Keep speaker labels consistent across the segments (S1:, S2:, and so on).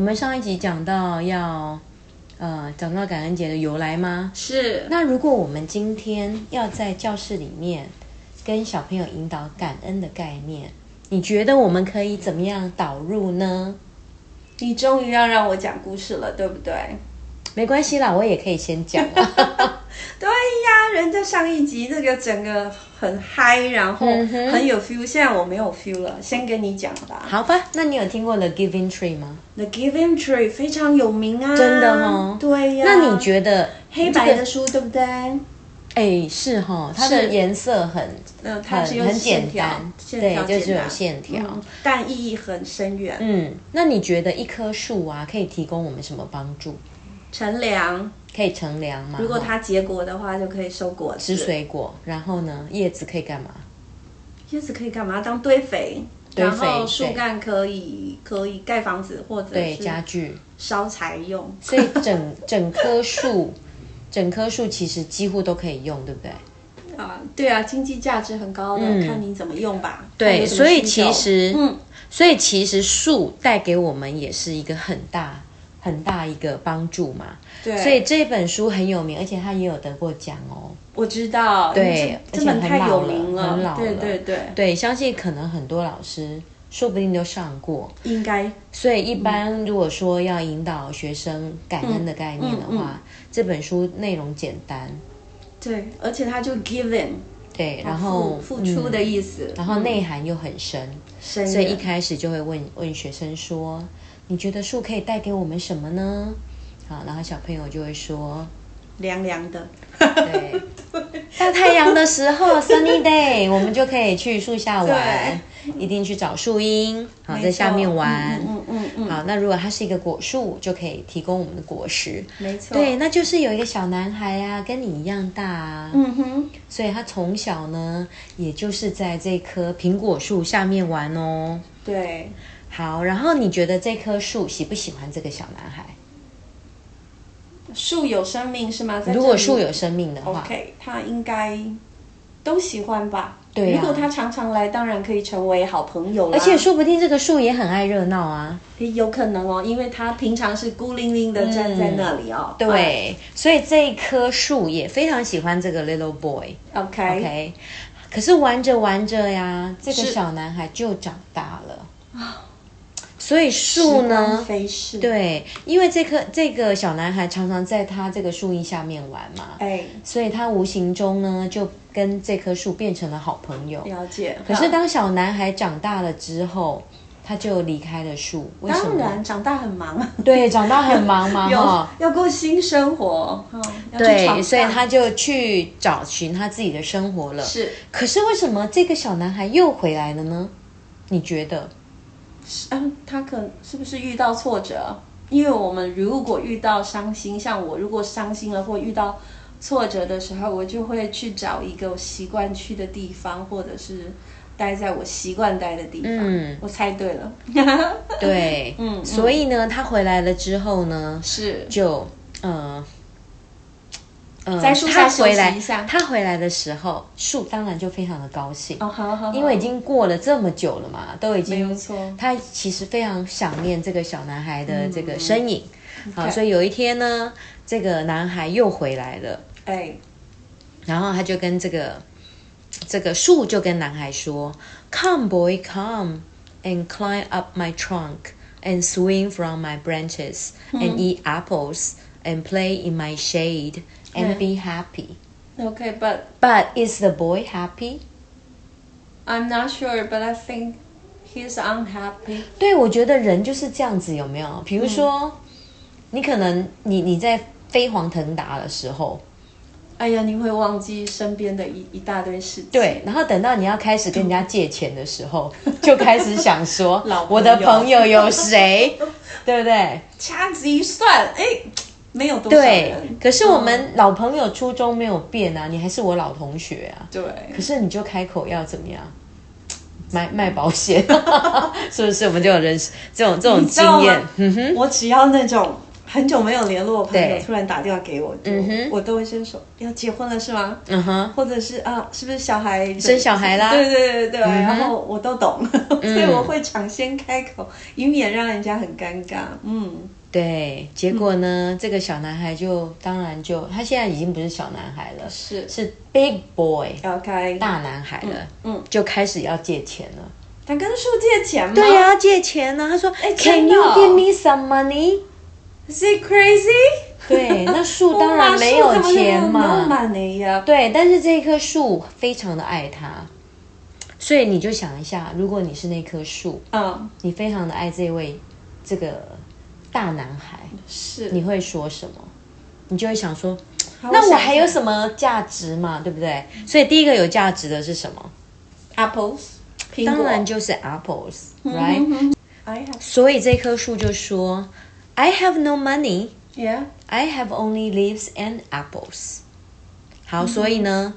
S1: 们上一集讲到要，呃，讲到感恩节的由来吗？
S2: 是，
S1: 那如果我们今天要在教室里面跟小朋友引导感恩的概念，你觉得我们可以怎么样导入呢？
S2: 你终于要让我讲故事了，对不对？
S1: 没关系啦，我也可以先讲啊。
S2: 对呀，人家上一集那个整个很嗨，然后
S1: 嗯
S2: 很有 feel，、现在我没有 feel 了，先跟你讲吧。
S1: 好吧，那你有听过 The Giving Tree 吗？
S2: The Giving Tree 非常有名啊，
S1: 真的哦
S2: 对呀。
S1: 那你觉得
S2: 啊黑
S1: 这
S2: 白
S1: 个
S2: 的书对不对？
S1: 哎，是哈、它的
S2: 是
S1: 颜色很
S2: 嗯，它只
S1: 很
S2: 有
S1: 很
S2: 线
S1: 简
S2: 条
S1: 单，
S2: 线
S1: 对
S2: 条，
S1: 就
S2: 简
S1: 只有
S2: 单
S1: 线条。
S2: 嗯但意义很深远。
S1: 嗯，那你觉得一棵树啊，可以提供我们什么帮助？
S2: 乘凉，
S1: 可以乘凉吗？
S2: 如果它结果的话，就可以收果
S1: 吃
S2: 子。
S1: 水果，然后呢，叶子可以干嘛？
S2: 叶子可以干嘛？当堆肥，
S1: 堆
S2: 然
S1: 肥
S2: 后树
S1: 对
S2: 干可以可以盖房子或者
S1: 对，
S2: 是
S1: 家具。
S2: 烧柴用。
S1: 所以 整整棵树，整棵树其实几乎都可以用，对不对？
S2: 啊，对啊，经济价值很高的，
S1: 嗯
S2: 看你怎么用吧。
S1: 对
S2: 看有什么
S1: 所以
S2: 需求
S1: 其实
S2: 嗯，
S1: 所以其实树带给我们也是一个很大很大一个帮助嘛。
S2: 对，
S1: 所以这本书很有名，而且它也有得过奖哦。
S2: 我知道，
S1: 对
S2: 这
S1: 而且
S2: 这本
S1: 很
S2: 太
S1: 老
S2: 有
S1: 了
S2: 名
S1: 很老
S2: 对
S1: 了
S2: 对对，
S1: 对，相信可能很多老师说不定都上过。
S2: 应该
S1: 所以一般如果说要引导学生感恩的概念的话，
S2: 嗯嗯嗯
S1: 这本书内容简单，
S2: 对，而且它就 given，哦
S1: 对，然后
S2: 付付出的
S1: 嗯
S2: 意思，
S1: 然后内涵又很深，
S2: 深
S1: 所以一
S2: 远
S1: 开始就会问问学生说：“你觉得树可以带给我们什么呢？”好，然后小朋友就会 说
S2: 凉凉的，：“
S1: 对，大太阳的时候 ，sunny day，我们就可以去树下玩，一定去找树荫，好
S2: 没
S1: 在下
S2: 错
S1: 面玩。
S2: 嗯嗯嗯，嗯
S1: 好，那如果它是一个果树，就可以提供我们的果实。
S2: 没错，
S1: 对，，那就是有一个小男孩啊，跟你一样大啊，
S2: 嗯哼，
S1: 所以他从小呢，也就是在这棵苹果树下面玩哦。
S2: 对，
S1: 好，然后你觉得这棵树喜不喜欢这个小男孩？
S2: 树有生命是吗？在
S1: 如果
S2: 这里
S1: 树有生命的话
S2: OK，他应该都喜欢吧？
S1: 对啊
S2: 如果他常常来，当然可以成为好朋友啦。
S1: 而且说不定这个树也很爱热闹啊。
S2: 也有可能哦，因为他平常是孤零零的站在那里哦。啊
S1: 嗯对，所以这一棵树也非常喜欢这个 little boy。
S2: ，OK，,
S1: OK，可是玩着玩着呀，这个
S2: 是啊
S1: 小男孩就长大了。所以
S2: 时
S1: 树
S2: 光
S1: 呢，
S2: 飞逝。，
S1: 对，因为这棵这个小男孩常常在他这个树荫下面玩嘛，
S2: 哎，
S1: 所以他无形中呢就跟这棵树变成了好朋友。
S2: 了解。
S1: 可是
S2: 哈
S1: 当小男孩长大了之后，他就离开了树，为什
S2: 当
S1: 么？
S2: 然长大很忙，
S1: 对，长大很忙 嘛，
S2: 要
S1: 哈。
S2: 要过新生活，哦、要去闯
S1: 对，
S2: 荡
S1: 所以他就去找寻他自己的生活了。
S2: 是
S1: 可是为什么这个小男孩又回来了呢？你觉得？
S2: 嗯，他可是不是遇到挫折？因为我们如果遇到伤心，像我如果伤心了或遇到挫折的时候，我就会去找一个我习惯去的地方，或者是待在我习惯待的地方。
S1: 嗯，
S2: 我猜对了，
S1: 对，
S2: 嗯嗯
S1: 所以呢，他回来了之后呢，
S2: 是
S1: 就呃呃，
S2: 在树下
S1: 他
S2: 休
S1: 回
S2: 息
S1: 来
S2: 一下
S1: 他回来的时候，树当然就非常的高兴，
S2: 哦，好好好，
S1: 因为已经过了这么久了嘛，都已
S2: 没有
S1: 经。
S2: 错，
S1: 他其实非常想念这个小男孩的这个身影，好，
S2: 嗯 OK
S1: 所以有一天呢，这个男孩又回来了，
S2: 哎，
S1: 然后他就跟这个这个树就跟男孩说：“Come, boy, come and climb up my trunk and swing from my branches and eat apples and play in my shade and be happy.”
S2: 那 OK，but、
S1: But is the boy happy？
S2: I'm not sure，but I think he's unhappy。
S1: 对，我觉得人就是这样子，有没有？比如说，你可能你你在飞黄腾达的时候，
S2: 哎呀，你会忘记身边的一一大堆事情。
S1: 对，然后等到你要开始跟人家借钱的时候，就开始想说
S2: 老，朋友
S1: 我的朋友有 谁，对不对？
S2: 掐指一算，哎，没有多少
S1: 对
S2: 人。，
S1: 可是我
S2: 嗯
S1: 们老朋友初衷没有变啊，你还是我老同学啊。
S2: 对
S1: 可，是你就开口要怎么样？卖卖保 险，是不是？我们就有人这种这种
S2: 你知道
S1: 经验
S2: 吗，我只要那种很久没有联络的朋友
S1: 嗯对
S2: 突然打电话给我，就
S1: 嗯哼
S2: 我都会先说要结婚了是吗？
S1: 嗯哼，
S2: 或者是啊，是不是小孩
S1: 生小孩啦
S2: 对对对对，
S1: 嗯哼嗯
S2: 然后我都懂， 所以我会抢先开口，以免让人家很尴尬。嗯，
S1: 对。结果呢，这个小男孩就当然就他现在已经不是小男孩了，
S2: 是
S1: 是 big boy
S2: 要开，
S1: 大男孩了，
S2: 嗯嗯
S1: 就开始要借钱了。
S2: 他跟树借钱吗？
S1: 对呀、借钱啊呢、他说、
S2: 哎真
S1: Can
S2: 的
S1: you
S2: 哦
S1: give me some money？
S2: ，Is it crazy？
S1: 对，那树当然没有钱嘛。
S2: 满了呀。
S1: 对，但是这棵树非常的爱他，所以你就想一下，如果你是那棵树，
S2: 嗯，
S1: 你非常的爱这位这个大男孩，
S2: 是。
S1: 你会说什么？你就会想说，
S2: 好
S1: 那我
S2: 想
S1: 还有什么价值嘛？对不对？所以第一个有价值的是什么？
S2: apples，苹果
S1: 当然就是 apples，right？、
S2: 嗯哼 I have
S1: 所以这棵树就说，I have no money。
S2: yeah，
S1: I have only leaves and apples。好，所以呢，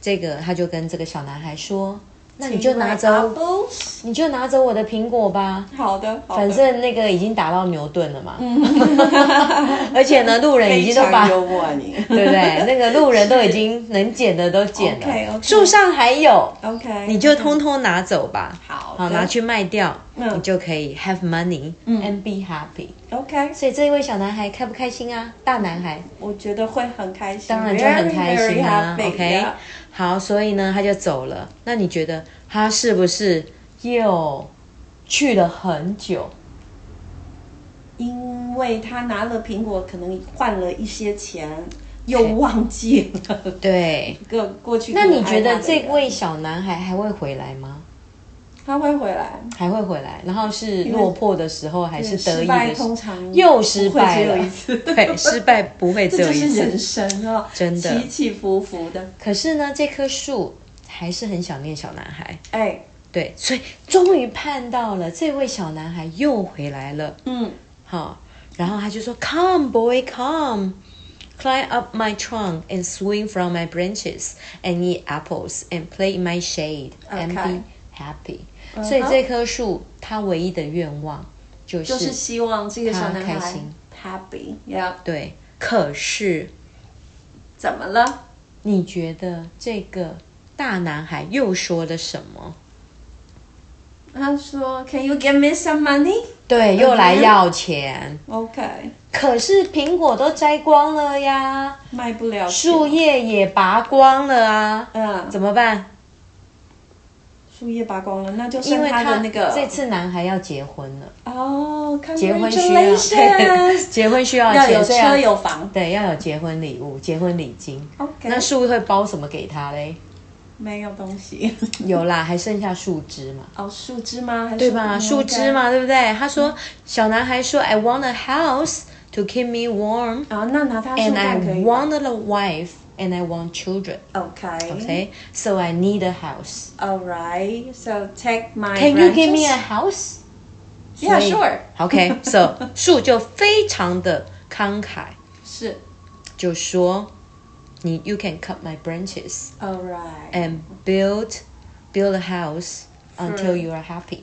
S1: 这个他就跟这个小男孩说：“那你就拿走，
S2: apples。
S1: 你就拿走我的苹果吧，
S2: 好的，好的
S1: 反 正那个已经打到牛顿了嘛。 而且呢，路人已经
S2: 嗯非
S1: 都把
S2: 常幽默啊你。
S1: 对不对？那个路人都已经能捡的都捡了
S2: OK，OK
S1: 树上还有，
S2: OK，
S1: 你就通通拿走吧。
S2: 好
S1: 好
S2: 的
S1: 拿去卖掉，
S2: 嗯
S1: 你就可以 have money and be happy。
S2: OK，
S1: 所以这一位小男孩开不开心啊？大男孩。
S2: 我觉得会很开心，
S1: 当然就很开心啊
S2: very, very happy,
S1: OK，
S2: yeah
S1: 好，所以呢，他就走了。那你觉得他是不是又去了很久？
S2: 因为他拿了苹果，可能换了一些钱，又忘记了
S1: 对。
S2: 个过去。
S1: 那你觉得这位小男孩还会回来吗？
S2: 他会回来？
S1: 还会回来？然后是落魄的时候，还是得
S2: 失
S1: 意
S2: 败
S1: 的
S2: 通
S1: 时候？
S2: 常
S1: 又失败
S2: 不会只
S1: 了
S2: 有一次，
S1: 对，失败不会
S2: 这
S1: 只有
S2: 就
S1: 一
S2: 是人
S1: 次。
S2: 生哦，
S1: 真的
S2: 起起伏伏的。
S1: 可是呢，这棵树还是很想念小男孩。
S2: 哎，
S1: 对，所以终于盼到了，这位小男孩又回来了。
S2: 嗯，
S1: 好，然后他就说：“Come, boy, come, climb up my trunk and swing from my branches and eat apples and play in my shade and be
S2: Okay.
S1: happy。”所
S2: 嗯
S1: 以这棵树它唯一的愿望就是、
S2: 就是希望这个小男
S1: 他开
S2: 孩
S1: 心
S2: happy，yeah，
S1: 对。可是
S2: 怎么了？
S1: 你觉得这个大男孩又说了什么？
S2: 他说，Can you give me some money？
S1: 对，又来
S2: 嗯
S1: 要钱。
S2: OK，
S1: 可是苹果都摘光了呀，
S2: 卖不了钱
S1: 树，叶也拔光了啊，
S2: 嗯，
S1: 怎么办？
S2: 树叶拔光了，那就
S1: 因
S2: 剩
S1: 为
S2: 他的那个
S1: 这次男孩要结婚了，
S2: 哦，
S1: 结婚需要
S2: congratulations
S1: 结婚需 要
S2: 要
S1: 钱
S2: 有
S1: 所以要
S2: 车有房。
S1: 对，要有结婚礼物、结婚礼金。
S2: OK，
S1: 那树会包什么给他嘞？
S2: 没有东西。
S1: 有啦，还剩下树枝嘛，
S2: 哦，树枝吗？还是
S1: 对吧？
S2: 嗯
S1: 树枝？嘛，对不对？他说，小男孩说，I want a house to keep me warm,
S2: 啊，那拿它树
S1: and I
S2: 干可以吧。
S1: want a wife, and I want children.
S2: OK，all
S1: Okay, so I need a house.
S2: right，so take my.
S1: Can you give me a
S2: branches.
S1: house?
S2: Yeah,
S1: 所以
S2: sure.
S1: OK, so 树就非常的慷慨。
S2: 是
S1: 就说你 you can cut my branches
S2: ，all right，OK，
S1: and build build a house until
S2: Sure.
S1: you are happy。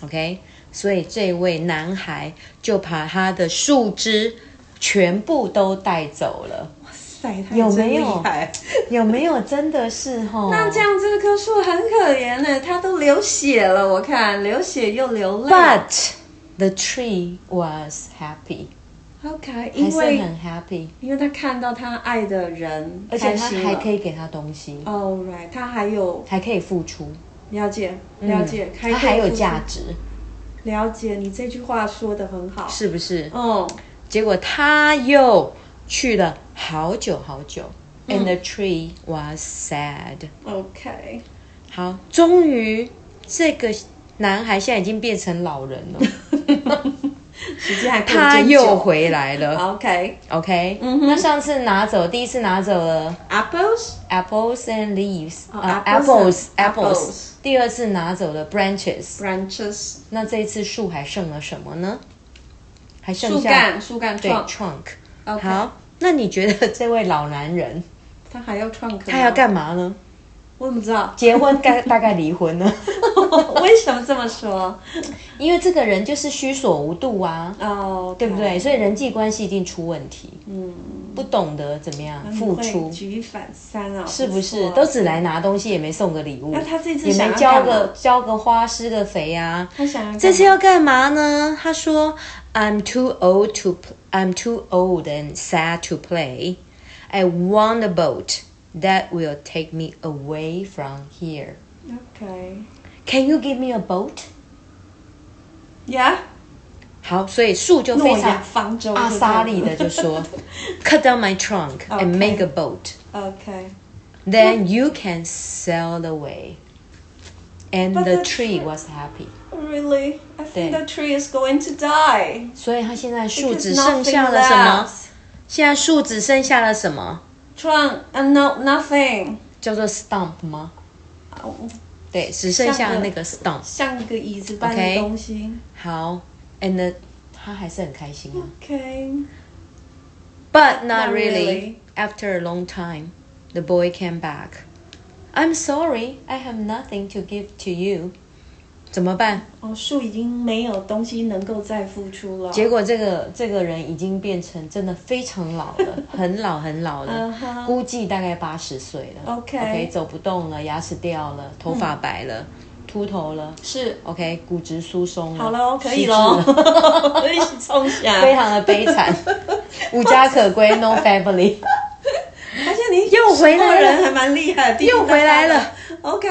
S1: OK，所以这位男孩就把他的树枝全部都带走了，
S2: 哇塞，他
S1: 有
S2: 真
S1: 没有
S2: 厉害
S1: 有没有？真的是哈？
S2: 那这样这棵树很可怜呢，它都流血了，我看流血又流泪。
S1: ，But the tree was happy，
S2: OK，
S1: 还
S2: 因
S1: 是
S2: 为
S1: 很 happy，
S2: 因为他看到他爱的人
S1: 而且
S2: 开
S1: 他
S2: 心
S1: 还
S2: 了
S1: 可以给他东西，
S2: ，All right，他还有
S1: 还可以付出，
S2: 了解了解，
S1: 嗯
S2: 开
S1: 他
S2: 拓
S1: 还有
S2: 付出
S1: 价值，
S2: 了解，你这句话说的很好。
S1: 是不是？
S2: 嗯，
S1: 结果他又去了好久好久、a
S2: 嗯
S1: n d the tree was sad。
S2: OK，
S1: 好，终于这个男孩现在已经变成老 人了，
S2: 时间还过
S1: 他
S2: 真
S1: 又
S2: 久
S1: 回来了。
S2: OK，apples，
S1: OK，、那
S2: 嗯
S1: 上次拿走，第一次拿走了 apples and leaves，
S2: 哦
S1: 啊
S2: apples and
S1: apples，
S2: apples
S1: 第二次拿走了 branches，
S2: branches，
S1: 那这一次树还剩了什么呢？还剩
S2: 树
S1: 下
S2: 干树干
S1: 对
S2: 创
S1: trunk。
S2: ，OK，
S1: 好，那你觉得这位老男人
S2: 他还要创可，
S1: 他要，干嘛呢？
S2: 我怎么知道？
S1: 结婚该大概离婚了，
S2: 为什么这么说？
S1: 因为这个人就是虚所无度啊，
S2: 哦，
S1: 对不对？所以人际关系一定出问题，
S2: 嗯，
S1: 不懂得怎么样付
S2: 会
S1: 出，
S2: 举一反三啊，
S1: 是不是？
S2: 错
S1: 都只来拿东西，也没送个礼物。
S2: 那他这次
S1: 也
S2: 想
S1: 没
S2: 要
S1: 浇
S2: 干
S1: 个
S2: 嘛
S1: 浇个花、施个肥啊。
S2: 他想要干嘛
S1: 这次要干嘛呢？他说：“I'm too old to p- I'm too old and sad to play. I want a boat that will take me away from here.
S2: OK
S1: Can you give me a boat？”
S2: 呀，
S1: 好，所以树就
S2: 诺
S1: 非
S2: 亚
S1: 常
S2: 方舟
S1: 阿
S2: 就
S1: 莎
S2: 这样
S1: 莉的就说 ：“Cut down my trunk and make a boat.
S2: OK，
S1: Then you can sail away.” And
S2: But
S1: the
S2: the
S1: tree
S2: tr-
S1: was happy.
S2: Really? I think
S1: 对
S2: the tree is going to die.
S1: 所以它现在树
S2: Because
S1: 只剩下
S2: nothing
S1: 了什么
S2: left.？
S1: 现在树只剩下了什么？
S2: Trunk and no nothing.
S1: 叫做 stump 吗？
S2: 啊
S1: 对，只剩
S2: 像
S1: 下
S2: 个
S1: 那个 stump。
S2: 像一个椅子般的
S1: OK
S2: 东西。
S1: 好，and the- 他还是很开心啊。
S2: OK.
S1: But Hmm。 not
S2: Not
S1: really.
S2: really.
S1: After a long time, the boy came back. I'm sorry, I have nothing to give to you. 怎么办？
S2: 哦，树已经没有东西能够再付出了。
S1: 结果这个这个人已经变成真的非常老 了，很老很老了
S2: 嗯哼
S1: 估计大概八十岁了。
S2: OK 嗯
S1: 走不动了，牙齿掉了，头发白了，秃头了。
S2: 是
S1: OK，骨质疏松了。
S2: 好喽，可以
S1: 失智
S2: 喽
S1: 了，
S2: 可以冲下。
S1: 非常的悲惨， 无家可归，no family。
S2: 而且你
S1: 又回来了
S2: 识破人还蛮厉害，地
S1: 又回来了。
S2: OK，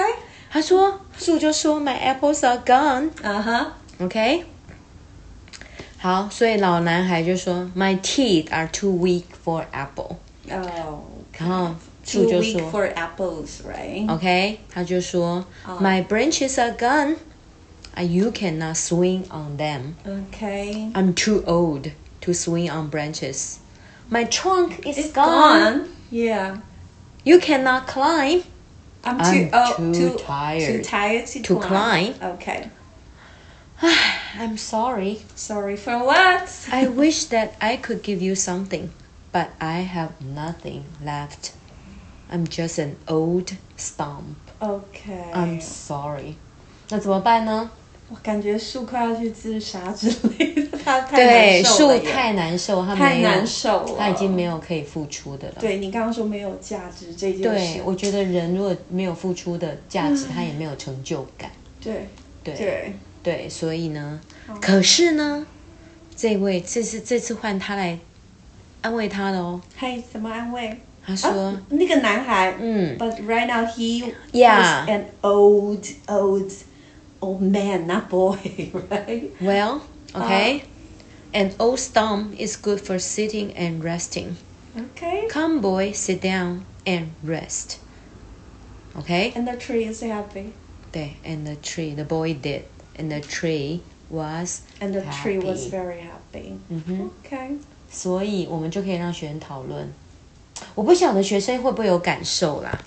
S1: 他说，树就说 My apples are gone。
S2: 啊哈
S1: OK，好，所以老男孩就说 My teeth are too weak for apple。
S2: 哦。
S1: 然后
S2: Too
S1: 树就
S2: weak
S1: 说 Oh。
S2: for apples, right?
S1: OK，他就说 My branches are gone。You cannot swing on them.
S2: OK,
S1: I'm too old to swing on branches. My trunk is
S2: it's
S1: gone.
S2: gone. Yeah,
S1: You cannot climb. I'm
S2: I'm too oh,
S1: too
S2: too
S1: tired
S2: too tired to,
S1: to
S2: climb. Okay,
S1: I'm sorry.
S2: sorry for what?
S1: I wish that I could give you something, but I have nothing left. I'm just an old stump.
S2: OK，
S1: I'm sorry. 那怎么办呢？
S2: 我感觉树快要去自杀之类的，它太
S1: 对，
S2: 难受了
S1: 树
S2: 耶
S1: 太难受，它
S2: 太
S1: 没有，
S2: 难受了，
S1: 它已经没有可以付出的了。
S2: 对你刚刚说没有价值这件
S1: 对
S2: 事，，
S1: 我觉得人如果没有付出的价值，他也没有成就感。
S2: 对
S1: 对
S2: 对
S1: 对，所以呢，可是呢，这位这次这次换他来安慰他了哦。
S2: 嘿，怎么安慰？
S1: 他说：“
S2: 啊，那个男孩，
S1: 嗯
S2: ，But right now he
S1: Yeah.
S2: is an old old old man, not boy, right?
S1: Well, okay. An old stump is good for sitting and resting.
S2: Okay.
S1: Come, boy, sit down and rest. Okay?
S2: And the tree is happy.
S1: 对, and the tree, the boy did. And the tree was
S2: And the tree was
S1: Happy.
S2: very happy.
S1: 嗯哼
S2: Okay.
S1: 所以我们就可以让学生讨论。我不晓得学生会不会有感受啦，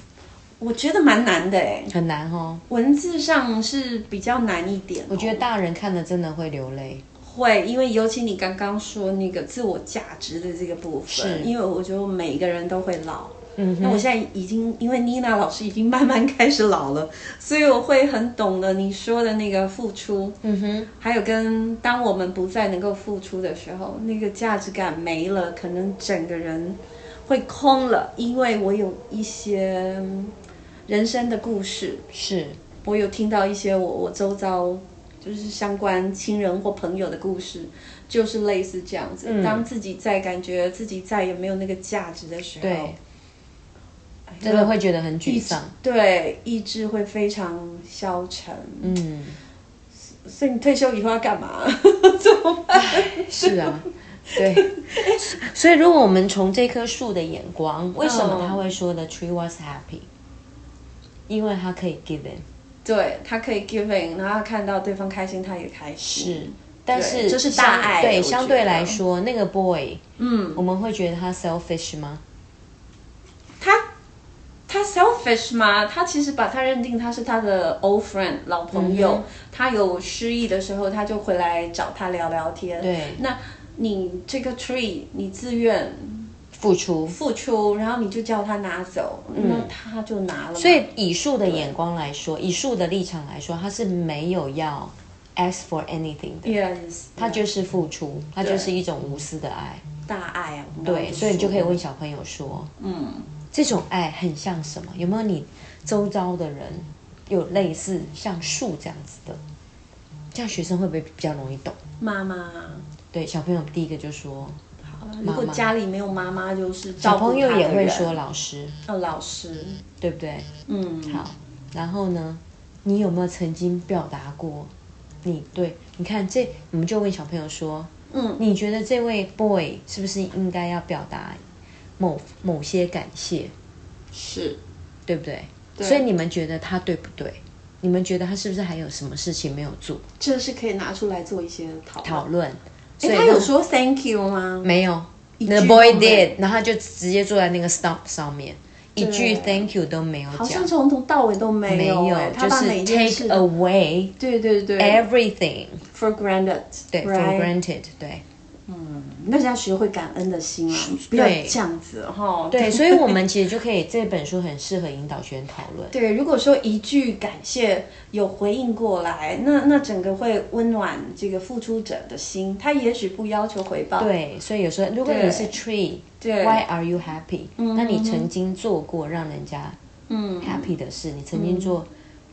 S2: 我觉得蛮难的哎，
S1: 很难哦。
S2: 文字上是比较难一点哦、
S1: 我觉得大人看了真的会流泪。
S2: 会，因为尤其你刚刚说那个自我价值的这个部分，
S1: 是
S2: 因为我觉得每一个人都会老。
S1: 嗯
S2: 那我
S1: 哼，
S2: 现在已经因为妮娜老师已经慢慢开始老了， 所以我会很懂得你说的那个付出，
S1: 嗯哼，
S2: 还有跟当我们不再能够付出的时候，那个价值感没了，可能整个人会空了。因为我有一些嗯人生的故事，
S1: 是，
S2: 我有听到一些我我周遭就是相关亲人或朋友的故事，就是类似这样子。当自己在感觉自己再也没有那个价值的时候，
S1: 对，
S2: 哎
S1: 真的会觉得很
S2: 意
S1: 沮
S2: 志
S1: 丧。
S2: 对，哎意志会非常消沉。
S1: 嗯，
S2: 所以你退休以后要干嘛？怎么办？
S1: 是啊，对。所以，如果我们从这棵树的眼光，为什么他会说的 tree was happy？因为它可以 given，
S2: 对他可以 giving，然后他看到对方开心，他也开心。
S1: 但是
S2: 这是大爱
S1: 相对
S2: 我觉得
S1: 相对来说，那个 boy，
S2: 嗯，
S1: 我们会觉得他 selfish 吗？
S2: 他他 selfish 吗？他其实把他认定他是他的 old friend 老朋友。
S1: 嗯哼
S2: 他有失意的时候，他就回来找他聊聊天。
S1: 对
S2: 那你这个 tree，你自愿
S1: 付出。嗯
S2: 付出，然后你就叫他拿走，那他就拿了嘛。
S1: 所以以树的眼光来说，以树的立场来说，他是没有要 ask for anything 的，
S2: yes，
S1: 他就是付出，他就是一种无私的爱。
S2: 大爱啊。
S1: 哎对，所以你就可以问小朋友说，
S2: 嗯，
S1: 这种爱很像什么？有没有你周遭的人有类似像树这样子的？这样学生会不会比较容易懂？
S2: 妈妈。
S1: 对，小朋友第一个就说，
S2: 好了如果家里没有妈妈，就是
S1: 小
S2: 照顾
S1: 朋友
S2: 他
S1: 也
S2: 的
S1: 会
S2: 人
S1: 说老师，
S2: 哦，老师，
S1: 对不对？
S2: 嗯，
S1: 好，然后呢，你有没有曾经表达过你对？你看这，我们就问小朋友说，
S2: 嗯，
S1: 你觉得这位 boy 是不是应该要表达某某些感谢，
S2: 是
S1: 对不对？所以你们觉得他对不对？你们觉得他是不是还有什么事情没有做？
S2: 这是可以拿出来做一些讨
S1: 讨
S2: 论。
S1: 论？所以
S2: 哎，他有
S1: 让
S2: 说 thank you 吗？
S1: 没有
S2: 句
S1: ？The
S2: 都
S1: boy
S2: 没有
S1: did，然后他就直接坐在那个 stop 上面，一句 thank you 都没有
S2: 好像
S1: 讲，
S2: 从头到尾都没
S1: 没
S2: 有
S1: 有
S2: 哎，，他
S1: 就
S2: 把
S1: 是
S2: 每一件事
S1: take away
S2: 对对对
S1: everything。
S2: for granted，
S1: 对
S2: r
S1: ，for
S2: i g h
S1: granted，对
S2: t 大家学会感恩的心啊，不要
S1: 对
S2: 这样子哈。
S1: 对，所以我们其实就可以这本书很适合引导学员讨论。
S2: 对，如果说一句感谢有回应过来，那那整个会温暖这个付出者的心。他也许不要求回报，
S1: 对，所以有时候如果你是 tree，why are you happy？那
S2: 嗯
S1: 你曾经做过让人家 happy 的事，你曾
S2: 嗯
S1: 经做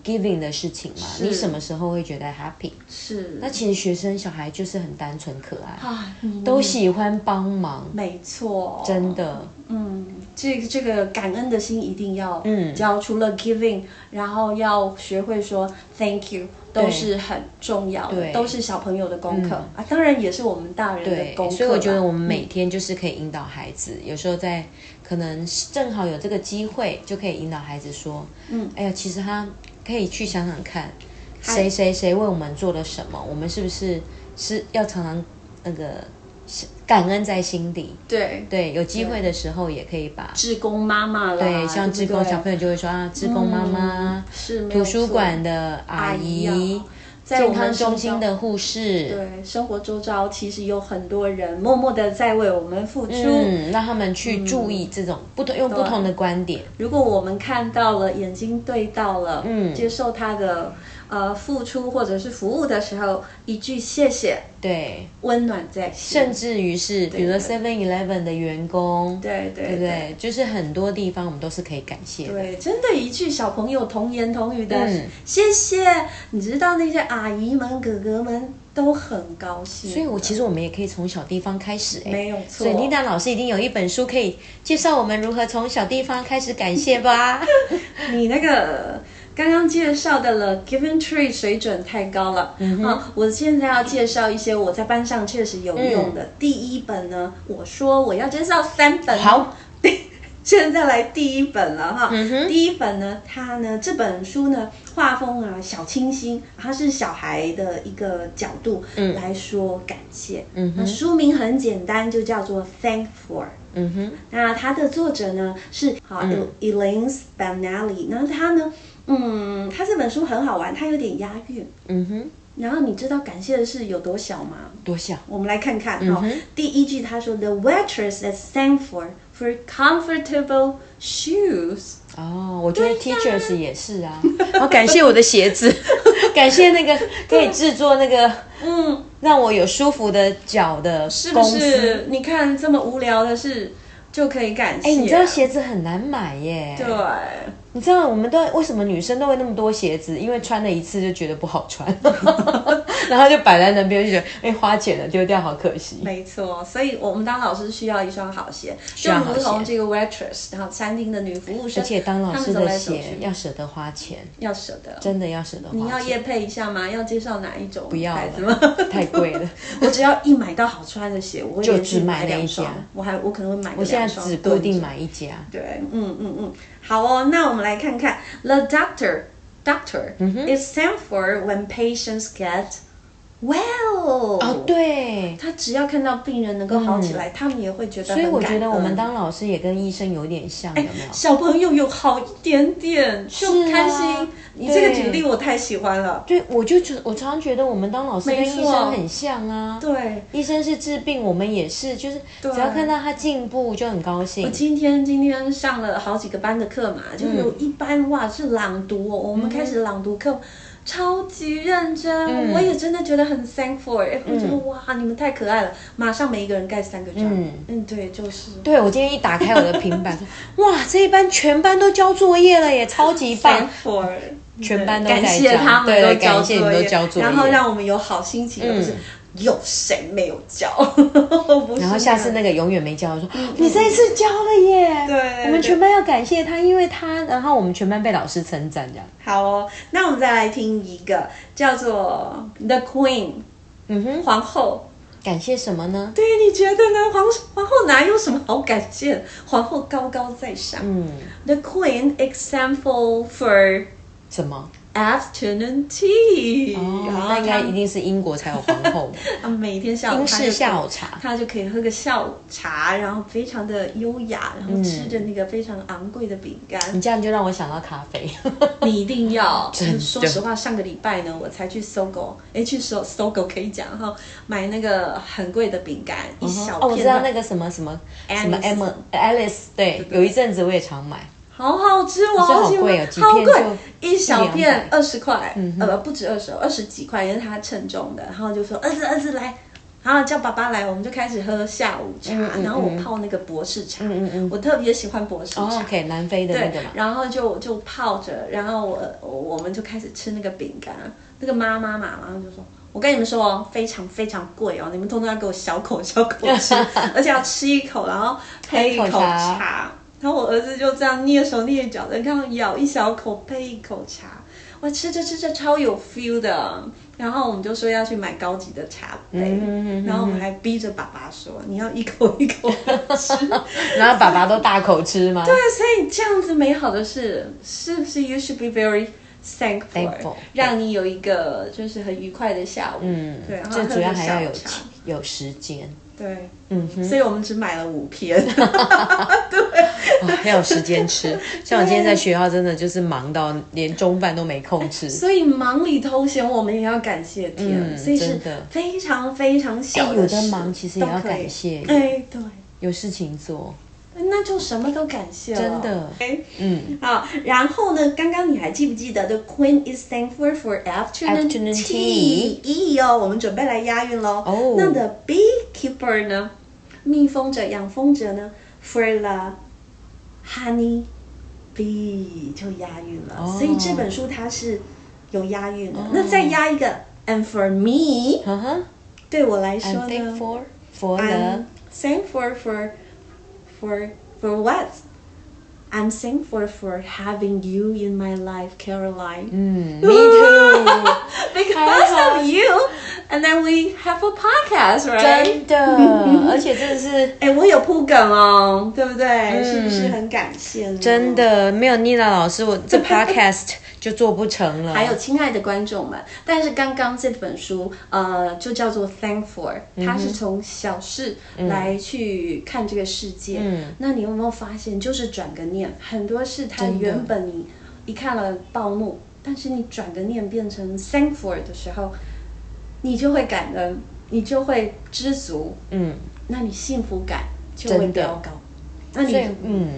S1: giving 的事情吗？你什么时候会觉得 happy？
S2: 是
S1: 那其实学生小孩就是很单纯可爱，
S2: 啊，嗯
S1: 都喜欢帮忙，
S2: 没错，
S1: 真的。
S2: 嗯，这个这个感恩的心一定要，嗯，要除了 giving，然后要学会说 thank you，都是很重要的，
S1: 对嗯
S2: 都是小朋友的功课、啊，当然也是我们大人的
S1: 对
S2: 功课啦。
S1: 所以我觉得我们每天就是可以引导孩子，有时候在可能正好有这个机会，就可以引导孩子说，嗯，哎呀，其实他可以去想想看，谁谁谁为我们做了什么，我们是不是是要常常那个是感恩在心底。
S2: 对
S1: 对，有机会的时候也可以把，
S2: 志工妈妈啦，对
S1: 对，
S2: 嗯
S1: 像志工小朋友就会说啊，志工妈妈，
S2: 是
S1: 图书馆
S2: 的
S1: 的呃阿
S2: 姨
S1: 姨，
S2: 啊在我
S1: 健
S2: 们
S1: 康
S2: 身
S1: 中心
S2: 上
S1: 的护士，
S2: 对生活周遭，其实有很多人默默的在为我们付出。
S1: 嗯，让他们去注意这
S2: 嗯
S1: 种不同，用不同的观点。
S2: 如果我们看到了，眼睛对到了，嗯，接受他的呃付出或者是服务的时候，一句谢谢，
S1: 对，
S2: 温暖在心。
S1: 甚至于是比如说 Seven Eleven 的员工，
S2: 对对
S1: 对不对？就是很多地方我们都是可以感谢的。
S2: 对，真的，一句小朋友童言童语的、
S1: 嗯
S2: 谢谢，你知道那些阿姨们、哥哥们都很高兴。
S1: 所以，我其实我们也可以从小地方开始、哎，
S2: 没有错
S1: 所以，妮娜老师已经有一本书可以介绍我们如何从小地方开始感谢 吧。
S2: 你那个刚刚介绍的了 Given Tree 水准太高了、啊！我现在要介绍一些我在班上确实有用的。第一本呢，我说我要介绍三本，
S1: 好，
S2: 现在来第一本了哈。第一本呢，它呢这本书呢画风啊小清新，它是小孩的一个角度来说感谢。嗯、那书名很简单，就叫做 Thank for。
S1: 嗯哼，
S2: 那它的作者呢是好
S1: 嗯
S2: Elaine Spanelli，那他呢，嗯，他这本书很好玩，它有点押韵。
S1: 嗯哼，
S2: 然后你知道感谢的是有多小吗？
S1: 多笑。
S2: 我们来看看哈、
S1: 嗯哼
S2: 第一句他说，The waitress at Stanford for comfortable shoes。
S1: 哦，我觉得 teachers 也是 啊，
S2: 哦
S1: 好感谢我的鞋子， 感谢那个可以制作那个
S2: 嗯，
S1: 让我有舒服的脚的
S2: 是不
S1: 公司。
S2: 是？你看这么无聊的事就可以感谢？
S1: 哎、你知道鞋子很难买耶。
S2: 啊对，
S1: 你知道我们都为什么女生都会那么多鞋子？因为穿了一次就觉得不好穿， 然后就摆在那边就觉得，哎、花钱了丢掉好可惜。
S2: 没错，所以我们当老师需要一双好鞋，就
S1: 要好
S2: 如
S1: 鞋
S2: 同这个 waitress，然后餐厅的女服务生，
S1: 而且当老
S2: 他
S1: 师
S2: 们走
S1: 的
S2: 来走
S1: 鞋
S2: 去
S1: 要舍得花钱，
S2: 要舍得。
S1: 真的要舍得
S2: 你
S1: 花
S2: 要
S1: 钱，
S2: 夜配一下吗？要介绍哪一种不
S1: 不要
S2: 牌子吗？
S1: 了， 太贵了。
S2: 我只要一买到好穿的鞋，我会
S1: 就
S2: 连续
S1: 只买
S2: 买
S1: 那
S2: 两
S1: 一
S2: 双
S1: 家。
S2: 我还我可能会买个
S1: 我现在
S2: 两双
S1: 只
S2: 蹲
S1: 固定
S2: 着
S1: 买一家，
S2: 对，嗯嗯嗯，好哦。那我们来看看 The doctor
S1: 嗯
S2: doctor、is sent for when patients get well。
S1: 哦
S2: 我。
S1: 对，
S2: 他只要看到病人能够好起来，他们也会觉得
S1: 嗯
S2: 很
S1: 所以我觉
S2: 感哎
S1: 得我们
S2: 恩
S1: 当老师也跟医生有点像，有没有？
S2: 小朋友有好一点点就是
S1: 啊
S2: 开心。你这个
S1: 对
S2: 举例我太喜欢了。
S1: 对，我就觉我常觉得我们当老师跟
S2: 没
S1: 医
S2: 错
S1: 生很像啊。
S2: 对，
S1: 医生是治病，我们也是，就是只要看到他进步就很高兴。
S2: 今天今天上了好几个班的课
S1: 嗯
S2: 嘛，就有一班、哇是朗读哦，我们开始朗读课。超级认真，
S1: 嗯
S2: 我也真的觉得很 thankful，哎、我觉得哇，你们太可爱了，马上每一个人盖三个章，嗯对，就是
S1: 对，我今天一打开我的平 板，说哇，这一班全班都交作业了耶，超级棒！
S2: thankful，
S1: 啊全班都在
S2: 感谢
S1: 讲
S2: 他们
S1: 对
S2: 都
S1: 感
S2: 交
S1: 谢你们都交作业嗯
S2: 然后让我们有好心情，而不是有谁没有交， 不是
S1: 然后下次
S2: 那
S1: 那个永远没交，我说哦你这一次交了耶！
S2: 对
S1: 我们
S2: 对
S1: 全班要感谢他，因为他，然后我们全班被老师称赞这样。
S2: 好哦，那我们再来听一个叫做 The Queen，
S1: 嗯哼，
S2: 皇后。
S1: 感谢什么呢？
S2: 对，你觉得呢？皇皇后哪有什么好感谢的？皇后高高在上。
S1: 嗯，
S2: The Queen example for
S1: 什么？
S2: afternoon tea，、
S1: 哦，
S2: 然
S1: 那
S2: 后
S1: 应该
S2: 她
S1: 一定是英国才有皇后 嘛，
S2: 她每天下午
S1: 英
S2: 她
S1: 式
S2: 就
S1: 下午茶。
S2: 他就可以喝个下午茶，然后非常的优雅，然后吃着那个非常昂贵的饼干。
S1: 你这样就让我想到咖啡。
S2: 你一定要，
S1: 嗯真的
S2: 说实话，上个礼拜呢，我才去搜狗，哎，去搜搜狗可以讲哈，买那个很贵的饼干，一小
S1: 哦，我知
S2: 片的，
S1: 道那个什么什么什么
S2: Alice
S1: Emma Alice，对，有一阵子我也常买。
S2: 好好吃，我
S1: 好
S2: 喜欢，
S1: 贵哦几
S2: 好
S1: 片
S2: 贵
S1: 就，
S2: 一小片
S1: 100
S2: 二十块，
S1: 嗯
S2: 呃，不止二十，二十几块，因为它称重的，然后就说儿子儿子来。然后叫爸爸来，我们就开始喝下午茶，
S1: 嗯
S2: 然后我泡那个博士茶，
S1: 嗯嗯
S2: 我特别喜欢博士茶。
S1: 哦，OK，南非的那个
S2: 对
S1: 嘛，，
S2: 然后就就泡着，然后我我我们就开始吃那个饼干，那个妈妈嘛，然后就说。我跟你们说哦，非常非常贵哦，你们通通要给我小口小口 吃，而且要吃一口，然后配一口
S1: 配一口茶
S2: 茶。然后我儿子就这样蹑手蹑脚的，然后咬一小口配一口茶，我吃着吃着超有 feel 的。然后我们就说要去买高级的茶
S1: 嗯
S2: 杯，
S1: 嗯嗯嗯
S2: 然后我们还逼着爸爸说你要一口一口地吃。
S1: 然后爸爸都大口吃吗？对，
S2: 对，所以这样子美好的事，是不是 you should be very thankful，,
S1: Thankful，
S2: 让你有一个就是很愉快的下午。
S1: 嗯，
S2: 对，然后
S1: 最主要还要有
S2: 喝个下午茶
S1: 有时间，
S2: 对，
S1: 嗯哼，
S2: 所以我们只买了五 篇。
S1: 哦要有时间吃。像我今天在学校，真的就是忙到连中饭都没空吃。
S2: 所以忙里偷闲，我们也要感谢天，
S1: 嗯
S2: 所以是
S1: 真的
S2: 非常非常小
S1: 哎有的
S2: 事
S1: 忙其实也
S2: 都
S1: 要
S2: 可以
S1: 感谢
S2: 哎，对。
S1: 有事情做，
S2: 那就什么都感谢了，
S1: 真的
S2: OK，
S1: 嗯
S2: 好，啊然后呢？刚刚你还记不记得 The Queen is thankful for afternoon
S1: Afternoon
S2: tea？咦哦，我们准备来押韵喽。
S1: 哦
S2: 那 The beekeeper 呢？蜜蜂者、养蜂者呢？For the honey bee 就押韵了。
S1: 哦
S2: 所以这本书它是有押韵的。
S1: 哦
S2: 那再押一个，And for me，
S1: 呵呵
S2: 对我来说
S1: ，I'm
S2: 呢
S1: thankful for the
S2: I'm thankful for for for what? I'm thankful for having you in my life, Caroline.
S1: 嗯，me too，
S2: Because of you, and then we have a podcast, right?
S1: 真的，而且真的 是
S2: 哎、我有铺梗哦，对不对？是不是
S1: 嗯
S2: 很感谢呢？
S1: 真的没有妮娜老师，我这 podcast 就做不成了。
S2: 还有亲爱的观众们，但是刚刚这本书，呃，就叫做《Thankful》，它
S1: 嗯
S2: 是从小事来去看这个世界。
S1: 嗯
S2: 那你有没有发现，就是转个念，很多事它原本你一看了暴怒，但是你转个念变成 Thankful 的时候，你就会感恩，你就会知足，
S1: 嗯。
S2: 那你幸福感就会
S1: 真的
S2: 飙高。那
S1: 所
S2: 你
S1: 以，嗯，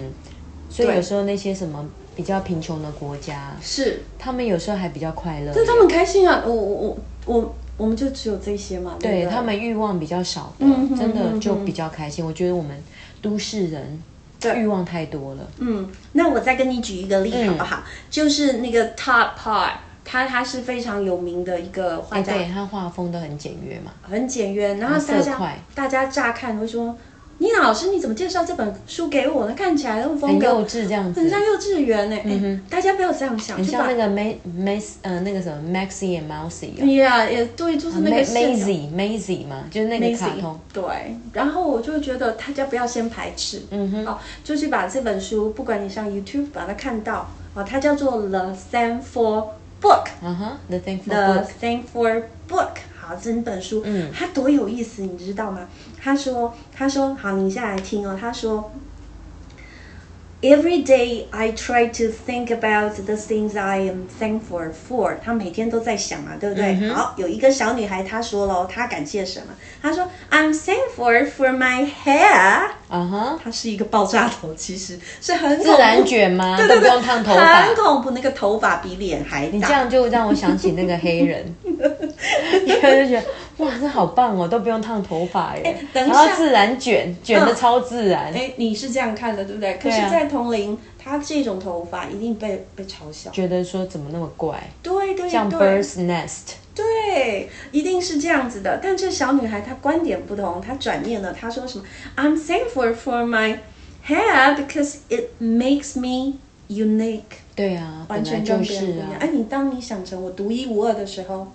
S1: 所以
S2: 对
S1: 有时候那些什么比较贫穷的国家，
S2: 是
S1: 他们有时候还比较快乐，
S2: 但他们开心啊！我我我我我们就只有这些嘛，
S1: 对
S2: 不
S1: 他们欲望比较少的，
S2: 嗯哼
S1: 真
S2: 嗯
S1: 的
S2: 哼
S1: 就比较开心。我觉得我们都市人
S2: 对
S1: 欲望太多了，
S2: 嗯，那我再跟你举一个例
S1: 嗯
S2: 好不好？就是那个 Todd Parr，他他是非常有名的一个画
S1: 哎，
S2: 家，
S1: 对他画风都很简约嘛，
S2: 很简约。然后大
S1: 色
S2: 家
S1: 块
S2: 大家乍看会说，妮娜老师你怎么介绍这本书给我呢？看起来那种风
S1: 很
S2: 格
S1: 幼稚这样
S2: 很
S1: 子，
S2: 像幼稚园呢、哎大家不要这样想，
S1: 很
S2: 就
S1: 像
S2: 把
S1: 那个 May May 呃那个什么 Maxi and Mousy 哦
S2: Yeah，也对，就是嗯那
S1: Ma-
S2: 个线条
S1: Maisie Maisie 嘛，就是那个卡通，
S2: 对，然后我就觉得大家不要先排斥，嗯哼，哦，就是把这本书，不管你上 YouTube 把它看到，哦，它叫做《The Thankful Book》。
S1: 嗯哼，The Thankful
S2: The
S1: Book，
S2: Thankful Book，好，整本书，嗯，它多有意思，你知道吗？他说，他说，好，你下来听哦。他说，Every day I try to think about the things I am thankful for。他每天都在想嘛，对不对？
S1: 嗯
S2: 好，有一个小女孩，她说了，她感谢什么？她说，I'm thankful for my hair。
S1: 啊哈，
S2: 她是一个爆炸头，其实是很恐
S1: 自然
S2: 怖。
S1: 卷吗？
S2: 对对
S1: 都
S2: 对，
S1: 不用烫头发
S2: 很。恐怖，那个头发比脸还
S1: 你这
S2: 大。
S1: 样就让我想起那个黑 人，因为就觉得哇，这好棒哦，都不用烫头发耶，
S2: 哎等一
S1: 然
S2: 下
S1: 后自然卷，卷的超自然。
S2: 哎，你是这样看的，对不对？可是
S1: 对，啊
S2: 在同龄，她这种头发一定被被嘲笑。
S1: 觉得说怎么那么怪，
S2: 对对
S1: 像
S2: 对
S1: bird's nest，
S2: 对，一定是这样子的。但这小女孩她观点不同，她转念了，她说什么？I'm thankful for my hair because it makes me unique，
S1: 对啊，
S2: 完
S1: 本来
S2: 全
S1: 就
S2: 跟别人
S1: 是
S2: 不一样。
S1: 啊
S2: 哎、，你当你想成我独一无二的时候，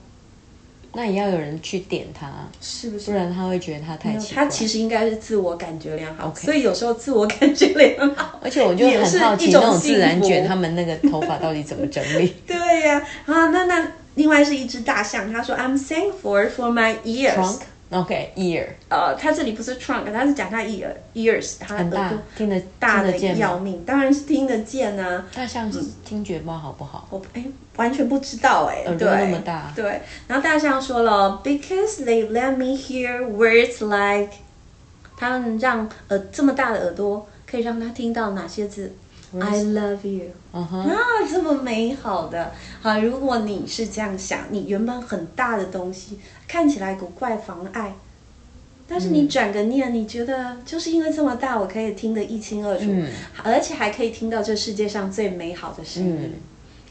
S1: 那也要有人去点它，
S2: 是不
S1: 不
S2: 是？
S1: 然他会觉得他太奇怪。
S2: 她其实应该是自我感觉良好
S1: OK
S2: 所以有时候自我感觉良好，
S1: 而且我就
S2: 也是
S1: 很好奇
S2: 一
S1: 那
S2: 种
S1: 种自然
S2: 幸
S1: 卷，
S2: 福
S1: 他们那个头发到底怎么整 理，
S2: 对呀、啊，那那另外是一只大象，它说 I'm thankful for my ears。
S1: trunk OK ear
S2: 呃，它这里不是 trunk，它是讲它 ear ears，它
S1: 很
S2: 耳
S1: 大
S2: 朵，
S1: 听得
S2: 大
S1: 听
S2: 的
S1: 得见
S2: 要
S1: 吗？
S2: 命，当然是听得见啊。
S1: 大象是听觉不好不好？
S2: 我哎，完全不知道哎、
S1: 耳朵
S2: 对，
S1: 那么大
S2: 对。然后大象说了，because they let me hear words like，他们让呃这么大的耳朵可以让他听到哪些字？I love you。
S1: 嗯哼，
S2: 啊，这么美好的，好，如果你是这样想，你原本很大的东西看起来古怪妨碍，但是你
S1: 嗯
S2: 转个念，你觉得就是因为这么大，我可以听得一清二楚，
S1: 嗯
S2: 而且还可以听到这世界上最美好的声音、
S1: 嗯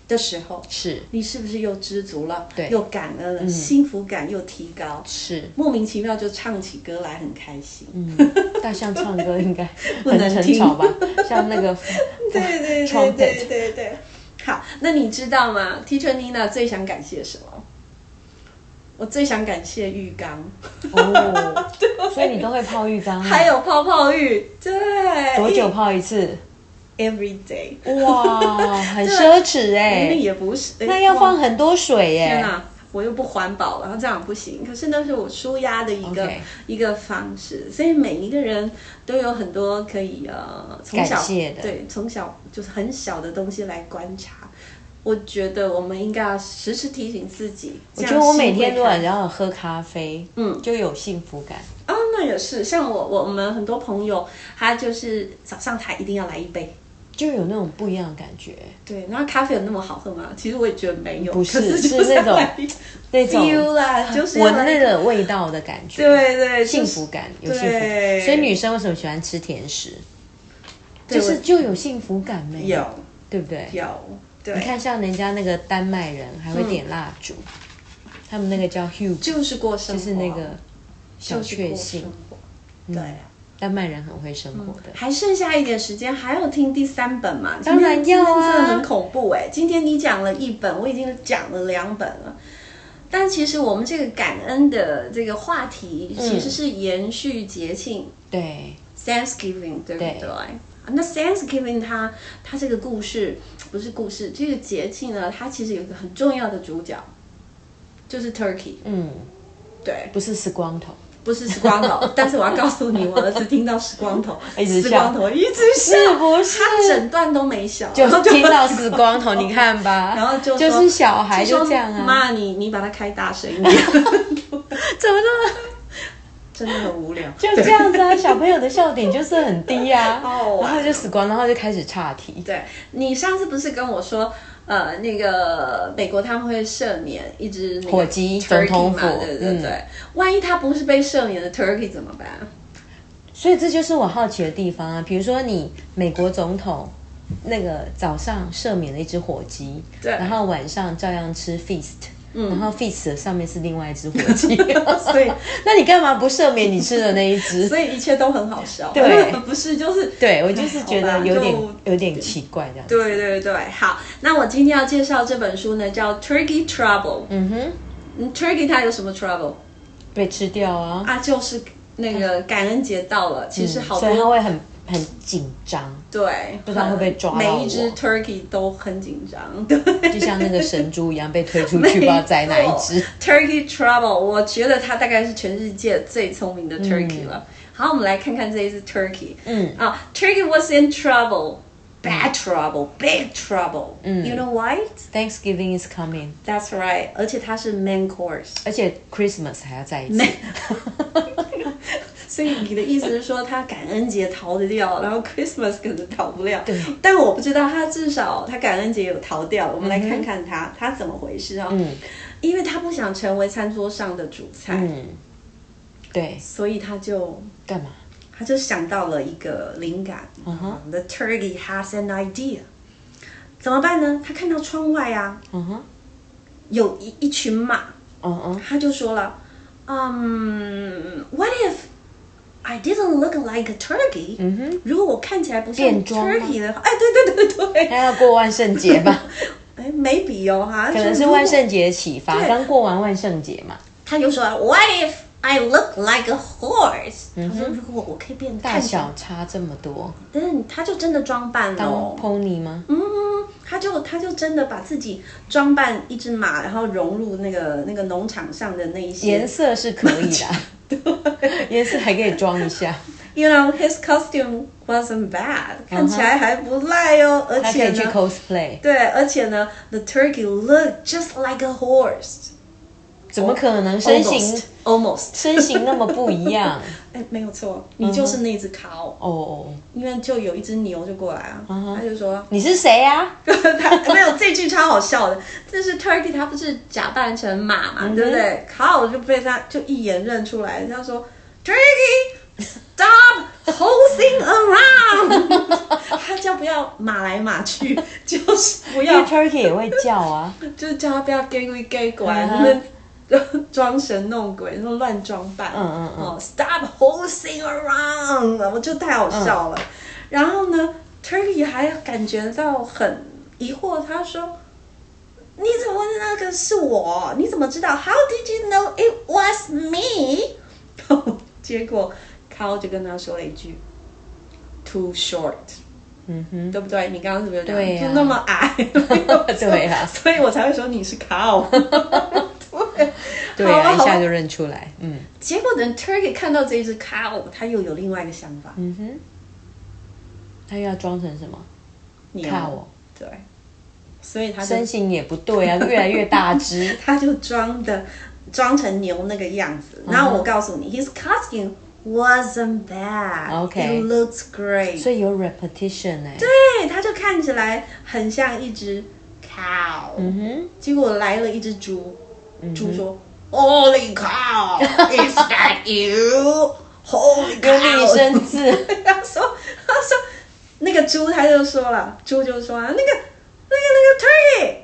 S2: 的时候，
S1: 是
S2: 你是不是又知足了？
S1: 对嗯
S2: 又感恩了，幸福感又提高，
S1: 是，
S2: 莫名其妙就唱起歌来，很开心。
S1: 嗯，大象唱歌应该
S2: 不
S1: 很
S2: 能
S1: 很
S2: 听
S1: 吵吧？像那个
S2: 对对对
S1: trumpet
S2: 对对对。好，那你知道吗？Teacher Nina 最想感谢什么？我最想感谢浴缸，
S1: 哦，所以你都会泡浴缸啊，
S2: 还有泡泡浴，对，
S1: 多久泡一次？
S2: ？Every day，
S1: 哇，很奢侈
S2: 那
S1: 哎，
S2: 也不是，哎
S1: 那要
S2: 哇
S1: 放很多水
S2: 天
S1: 耶。
S2: 哪，我又不环保，然后这样不行。可是那是我舒压的一个
S1: OK
S2: 一个方式，所以每一个人都有很多可以呃从小
S1: 感谢的
S2: 对从小就是很小的东西来观察。我觉得我们应该要时时提醒自己。
S1: 我
S2: 我
S1: 觉得我每天如果然后喝咖啡，
S2: 嗯，
S1: 就有幸福感。
S2: 啊、那也是，像我我们很多朋友，他就是早上他一定要来一杯。
S1: 就有那种不一样的感觉，
S2: 对，那咖啡有那么好喝吗？其实我也觉得没有，
S1: 不是
S2: 可是就是
S1: 那种
S2: 要来一
S1: 那种
S2: feel 啦，就是要
S1: 闻
S2: 来一
S1: 那个味道的感觉，
S2: 对对
S1: 幸
S2: 就是
S1: 福感有幸福感。
S2: 对
S1: 所以女生为什么喜欢吃甜食？
S2: 对
S1: 就是就有幸福感没？
S2: 有
S1: 对不对？
S2: 有对
S1: 你。看像人家那个丹麦人还会点蜡烛，他们那个叫 hue，
S2: 就是过生
S1: 就
S2: 活，
S1: 是那个小
S2: 就是
S1: 确
S2: 过
S1: 幸
S2: 生。活。对啊，
S1: 丹麦人很会生活的，
S2: 还剩下一点时间，还有听第三本嘛？
S1: 当然要啊
S2: 今天真的很恐怖哎、今天你讲了一本，我已经讲了两本了。但其实我们这个感恩的这个话题，其实是延续节庆、
S1: 对，
S2: Thanksgiving，对不对？
S1: 对
S2: 那 Thanksgiving 它它这个故事不是故事，这个节庆呢，它其实有一个很重要的主角，就是 Turkey。
S1: 嗯，
S2: 对，
S1: 不是死光头，
S2: 不是时光 头，但是我要告诉你，我儿子听到时光头，
S1: 一直
S2: 时
S1: 笑
S2: 光头一直笑，
S1: 是不是？
S2: 他整段都没笑，
S1: 就
S2: 然后
S1: 听到死光头，你看吧，
S2: 然后就说
S1: 是小孩
S2: 就
S1: 就
S2: 说
S1: 这样啊，
S2: 妈，你你把它开大声一点，
S1: 怎么那么？
S2: 真的很无聊。
S1: 就这样子啊，小朋友的笑点就是很低啊，
S2: 好 好玩哦
S1: 然后就死光，然后就开始岔题。
S2: 对你上次不是跟我说，呃，那个美国他们会赦免一只那个
S1: 火鸡总
S2: turkey
S1: 统
S2: 嘛
S1: 府
S2: 对对
S1: 嗯
S2: 对，万一它不是被赦免的 turkey 怎么办？
S1: 所以这就是我好奇的地方啊，比如说你美国总统那个早上赦免了一只火鸡，
S2: 对
S1: 然后晚上照样吃 feast。
S2: 嗯
S1: 然后 feast 的上面是另外一只火鸡，
S2: 所以
S1: 那你干嘛不赦免你吃的那一只？
S2: 所以一切都很好笑，
S1: 对
S2: 不是就是
S1: 对我就是觉
S2: 哎
S1: 得
S2: 好吧
S1: 有点
S2: 就
S1: 有点奇怪这样。
S2: 对对对，好，那我今天要介绍这本书呢，叫《Turkey Trouble》。
S1: 嗯哼，
S2: 嗯，Turkey 它有什么 trouble
S1: 被吃掉啊，
S2: 啊？就是那个感恩节到了，其实好
S1: 嗯所以他
S2: 多
S1: 会很很紧张，
S2: 对，
S1: 不知道会不会抓到
S2: 每一
S1: 我
S2: 只 turkey 都很紧 张，对，
S1: 就像那个神猪一样被推 出去，不知道宰哪一只。
S2: Turkey Trouble，我觉得它大概是全世界最聪明
S1: 嗯
S2: 的 Turkey 了。好，我们来看看这一只 Turkey。嗯啊、t u r k e y was in
S1: 嗯
S2: trouble, bad trouble, big trouble. 嗯，You know why?
S1: Thanksgiving is coming，
S2: That's right. 而且它是 main course，
S1: 而且 Christmas 还要在一起。
S2: 所以你的意思是说它感恩节逃得掉，然后 Christmas 可能逃不了。对，但我不知道它至少它感恩节有逃掉。我们来看看它它怎么回事啊、嗯，因为它不想成为餐桌上的主菜，
S1: 嗯，对，
S2: 所以它就
S1: 干嘛？
S2: 他就想到了一个灵感、t h e turkey has an idea。怎么办呢？他看到窗外啊，
S1: 嗯哼，
S2: 有一一群马，
S1: 嗯嗯，
S2: 他就说了，嗯、w h a t if I didn't look like a turkey？、如果我看起来不像
S1: 嗯变装吗
S2: turkey 的话，哎，对对对对，
S1: 那要过万圣节吧？
S2: 哎，maybe 哦哈，
S1: 可
S2: 可
S1: 能是万圣节的启发，刚过完万圣节嘛。
S2: 他就说，What if I look like a horse？、他说，如果我可以变
S1: 嗯大
S2: 大
S1: 小，差这么多，
S2: 嗯，他就真的装扮了
S1: 当
S2: 哦。
S1: pony 吗？
S2: 嗯，他就他就真的把自己装扮一只马，然后融入那个那个农场上的那一些
S1: 颜 色是可以的 啊，颜色还可以装一下，
S2: You know his costume wasn't bad，、看起来还不赖哦，而
S1: Uh-huh。还可
S2: 且
S1: 以去
S2: 呢，
S1: cosplay，
S2: 对，而且呢，the turkey looked just like a horse，
S1: 怎么可能身形
S2: almost，
S1: 身形那么不一 样？
S2: 哎，没有错，你就是那只 cow，、
S1: 哦哦，
S2: 因为就有一只牛就过来啊他就说，
S1: 你是谁啊？
S2: 他 没有这句超好笑的，就是 Turkey 他不是假扮成马嘛，对不对？靠，我就被他就一眼认出来，他说 Turkey stop horsing around，他叫不要马来马去，就是不
S1: 因为
S2: 要，
S1: Turkey 也会叫 啊，
S2: 就是叫他不要 gay 鬼 gay 拐，
S1: 嗯
S2: 那
S1: 哼
S2: 么。装神弄鬼，那种乱装扮，
S1: 嗯嗯嗯
S2: 哦，Stop horsing around，我就太好笑了。
S1: 嗯
S2: 然后呢，Turkey 还感觉到很疑惑，他说：“你怎么那个是我？你怎么知道？How did you know it was me？” 结果 Cow 就跟他说了一句：“Too short。”
S1: 嗯哼，
S2: 对不对？你刚刚是不是讲
S1: 对呀
S2: 就那么 矮？
S1: 对呀
S2: 所以我才会说你 是 cow。对，
S1: 对啊，
S2: 好啊
S1: 一
S2: 好啊
S1: 下就认出来，嗯
S2: 结果呢，Turkey 看到这一只 cow，他又有另外一个想法。
S1: 嗯哼，他又要装成什么？
S2: 牛
S1: 看我，
S2: 对，所以他就，
S1: 身形也不对啊，越来越大只
S2: 他就装的装成牛那个样子。
S1: 嗯
S2: 然后我告诉你，his costume wasn't bad.
S1: OK
S2: it looks great.
S1: 所以有 repetition 哎、
S2: 对，他就看起来很像一只 cow。
S1: 嗯哼，
S2: 结果来了一只猪，
S1: 嗯
S2: 猪说：“Holy cow, is that you? Holy
S1: 跟立
S2: cow！”
S1: 生字，
S2: 他说：“他说那个猪，他就说了，猪就说那个那个那个 turkey，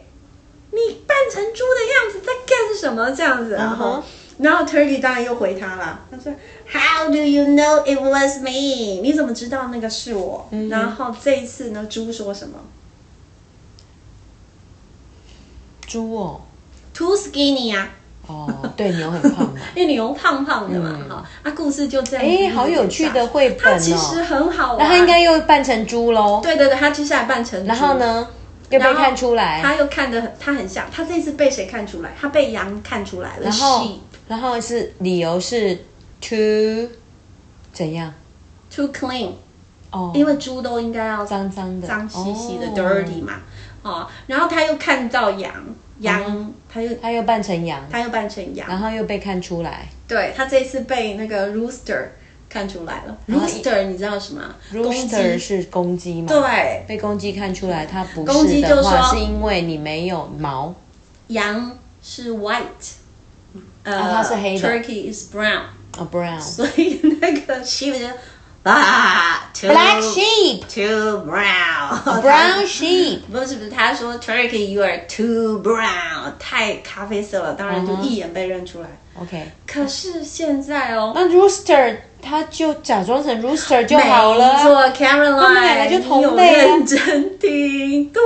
S2: 你扮成猪的样子在干什么？这样子，然后。
S1: 嗯哼
S2: 然后 Turkey 当然又回他了，他说 How do you know it was me？你怎么知道那个是我？
S1: 嗯
S2: 然后这一次呢，猪说什么
S1: 猪哦，
S2: ？Too skinny 啊，
S1: 哦，对，牛很胖 嘛。
S2: 因为牛胖胖的嘛，哈、那故事就这样。
S1: 哎好有趣的绘本哦
S2: 它其实很好玩。
S1: 那他应该又扮成猪喽。
S2: 对对对，他接下来扮成猪。
S1: 然后呢，又被
S2: 然后
S1: 看出来，
S2: 他又看得很，他很像。他这次被谁看出来？他被羊看出来了。
S1: 然后
S2: Sheep
S1: 然后是理由是 too 怎样？
S2: too clean，
S1: 哦，
S2: 因为猪都应该要脏
S1: 脏脏的，
S2: 脏兮兮的、
S1: 哦
S2: dirty 嘛。哦，然后他又看到羊，
S1: 嗯
S2: 羊，他又
S1: 他又扮成羊，
S2: 他又扮成羊。
S1: 然后又被看出来
S2: 对他这次被那个 rooster 看出来了。
S1: 然后
S2: rooster 你知道什么？公鸡
S1: ，rooster 是公鸡嘛？
S2: 对，
S1: 被公鸡看出来，它不
S2: 公
S1: 是
S2: 鸡就
S1: 的话，
S2: 说
S1: 是因为你没有毛。
S2: 羊是 white，呃、
S1: 啊它是黑的
S2: Turkey is brown，
S1: 哦，brown
S2: 所以那个 sheep 就啊 too
S1: black sheep
S2: too brown
S1: brown sheep
S2: 不是不是，他说 Turkey you are too brown，太咖啡色了，当然就一眼被认出来。
S1: OK，
S2: 可是现在哦，
S1: 那 rooster 它就假装成 rooster 就好了
S2: 没
S1: 啊。
S2: 错，Caroline，
S1: 他们两个就同类啊
S2: 你有认真听。对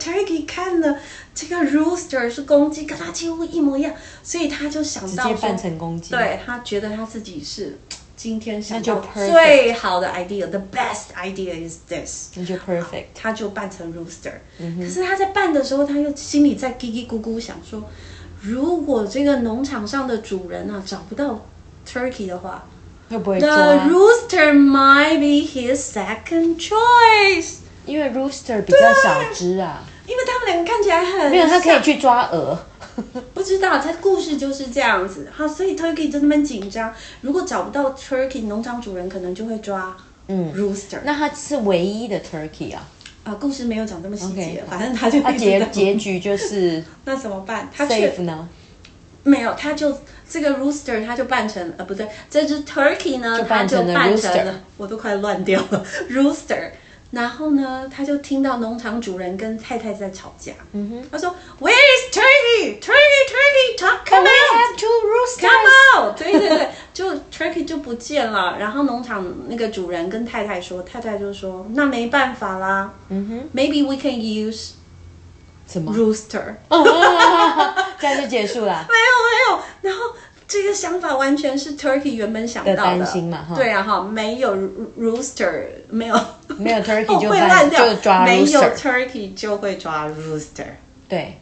S2: ，Turkey 看了这个 rooster 是公鸡，跟他几乎一模一样，所以他就想
S1: 直
S2: 到
S1: 接
S2: 说
S1: 扮成公鸡，，
S2: 对他觉得他自己是今天想
S1: 那就
S2: 到
S1: perfect
S2: 最好的 idea，the best idea is this。
S1: 那就 perfect。嗯
S2: 他就扮成 rooster，、可是他在扮的时候，他又心里在嘀嘀咕咕想说，如果这个农场上的主人啊找不到 turkey 的话
S1: 会不会抓
S2: ，the
S1: 啊？
S2: rooster might be his second choice，
S1: 因为 rooster 比较小只啊，
S2: 因为他们两个看起来很
S1: 没有它可
S2: 像
S1: 以去抓鹅。
S2: 不知道，他故事就是这样子。好，所以 Turkey 在那边紧张，如果找不到 Turkey，农场主人可能就会抓嗯 rooster。
S1: 那它是唯一的 turkey 啊，
S2: 啊，故事没有讲这么细节
S1: OK，
S2: 反正他就
S1: 那
S2: 一直
S1: 结
S2: 在
S1: 结局就是
S2: 那怎么办？他却
S1: safe 呢？
S2: 没有，他就这个 rooster 他就扮成呃不对，这只 turkey 呢，
S1: 就
S2: 他
S1: 扮
S2: 就
S1: 成了
S2: 扮成
S1: rooster
S2: 了，我都快乱掉了 rooster。然后呢，他就听到农场主人跟太太在吵架。嗯哼，他说，Where is turkey? Turkey, turkey, talk
S1: But
S2: come
S1: Oh, we
S2: out.
S1: have two roosters.
S2: Come out！对对对， 就 Turkey 就不见了。然后农场那个主人跟太太说，太太就说：“那没办法啦，嗯哼，Maybe we can use
S1: 什么？
S2: rooster。
S1: 哦这样就结束了。
S2: 没有没有，然后这个想法完全是 Turkey 原本想到的，
S1: 的担心嘛哈
S2: 对啊哈，没有 rooster，没有
S1: 没有 turkey
S2: 哦
S1: 就
S2: 会
S1: 办
S2: 烂掉，
S1: 就抓
S2: 没有
S1: rooster
S2: Turkey 就会抓 rooster，
S1: 对，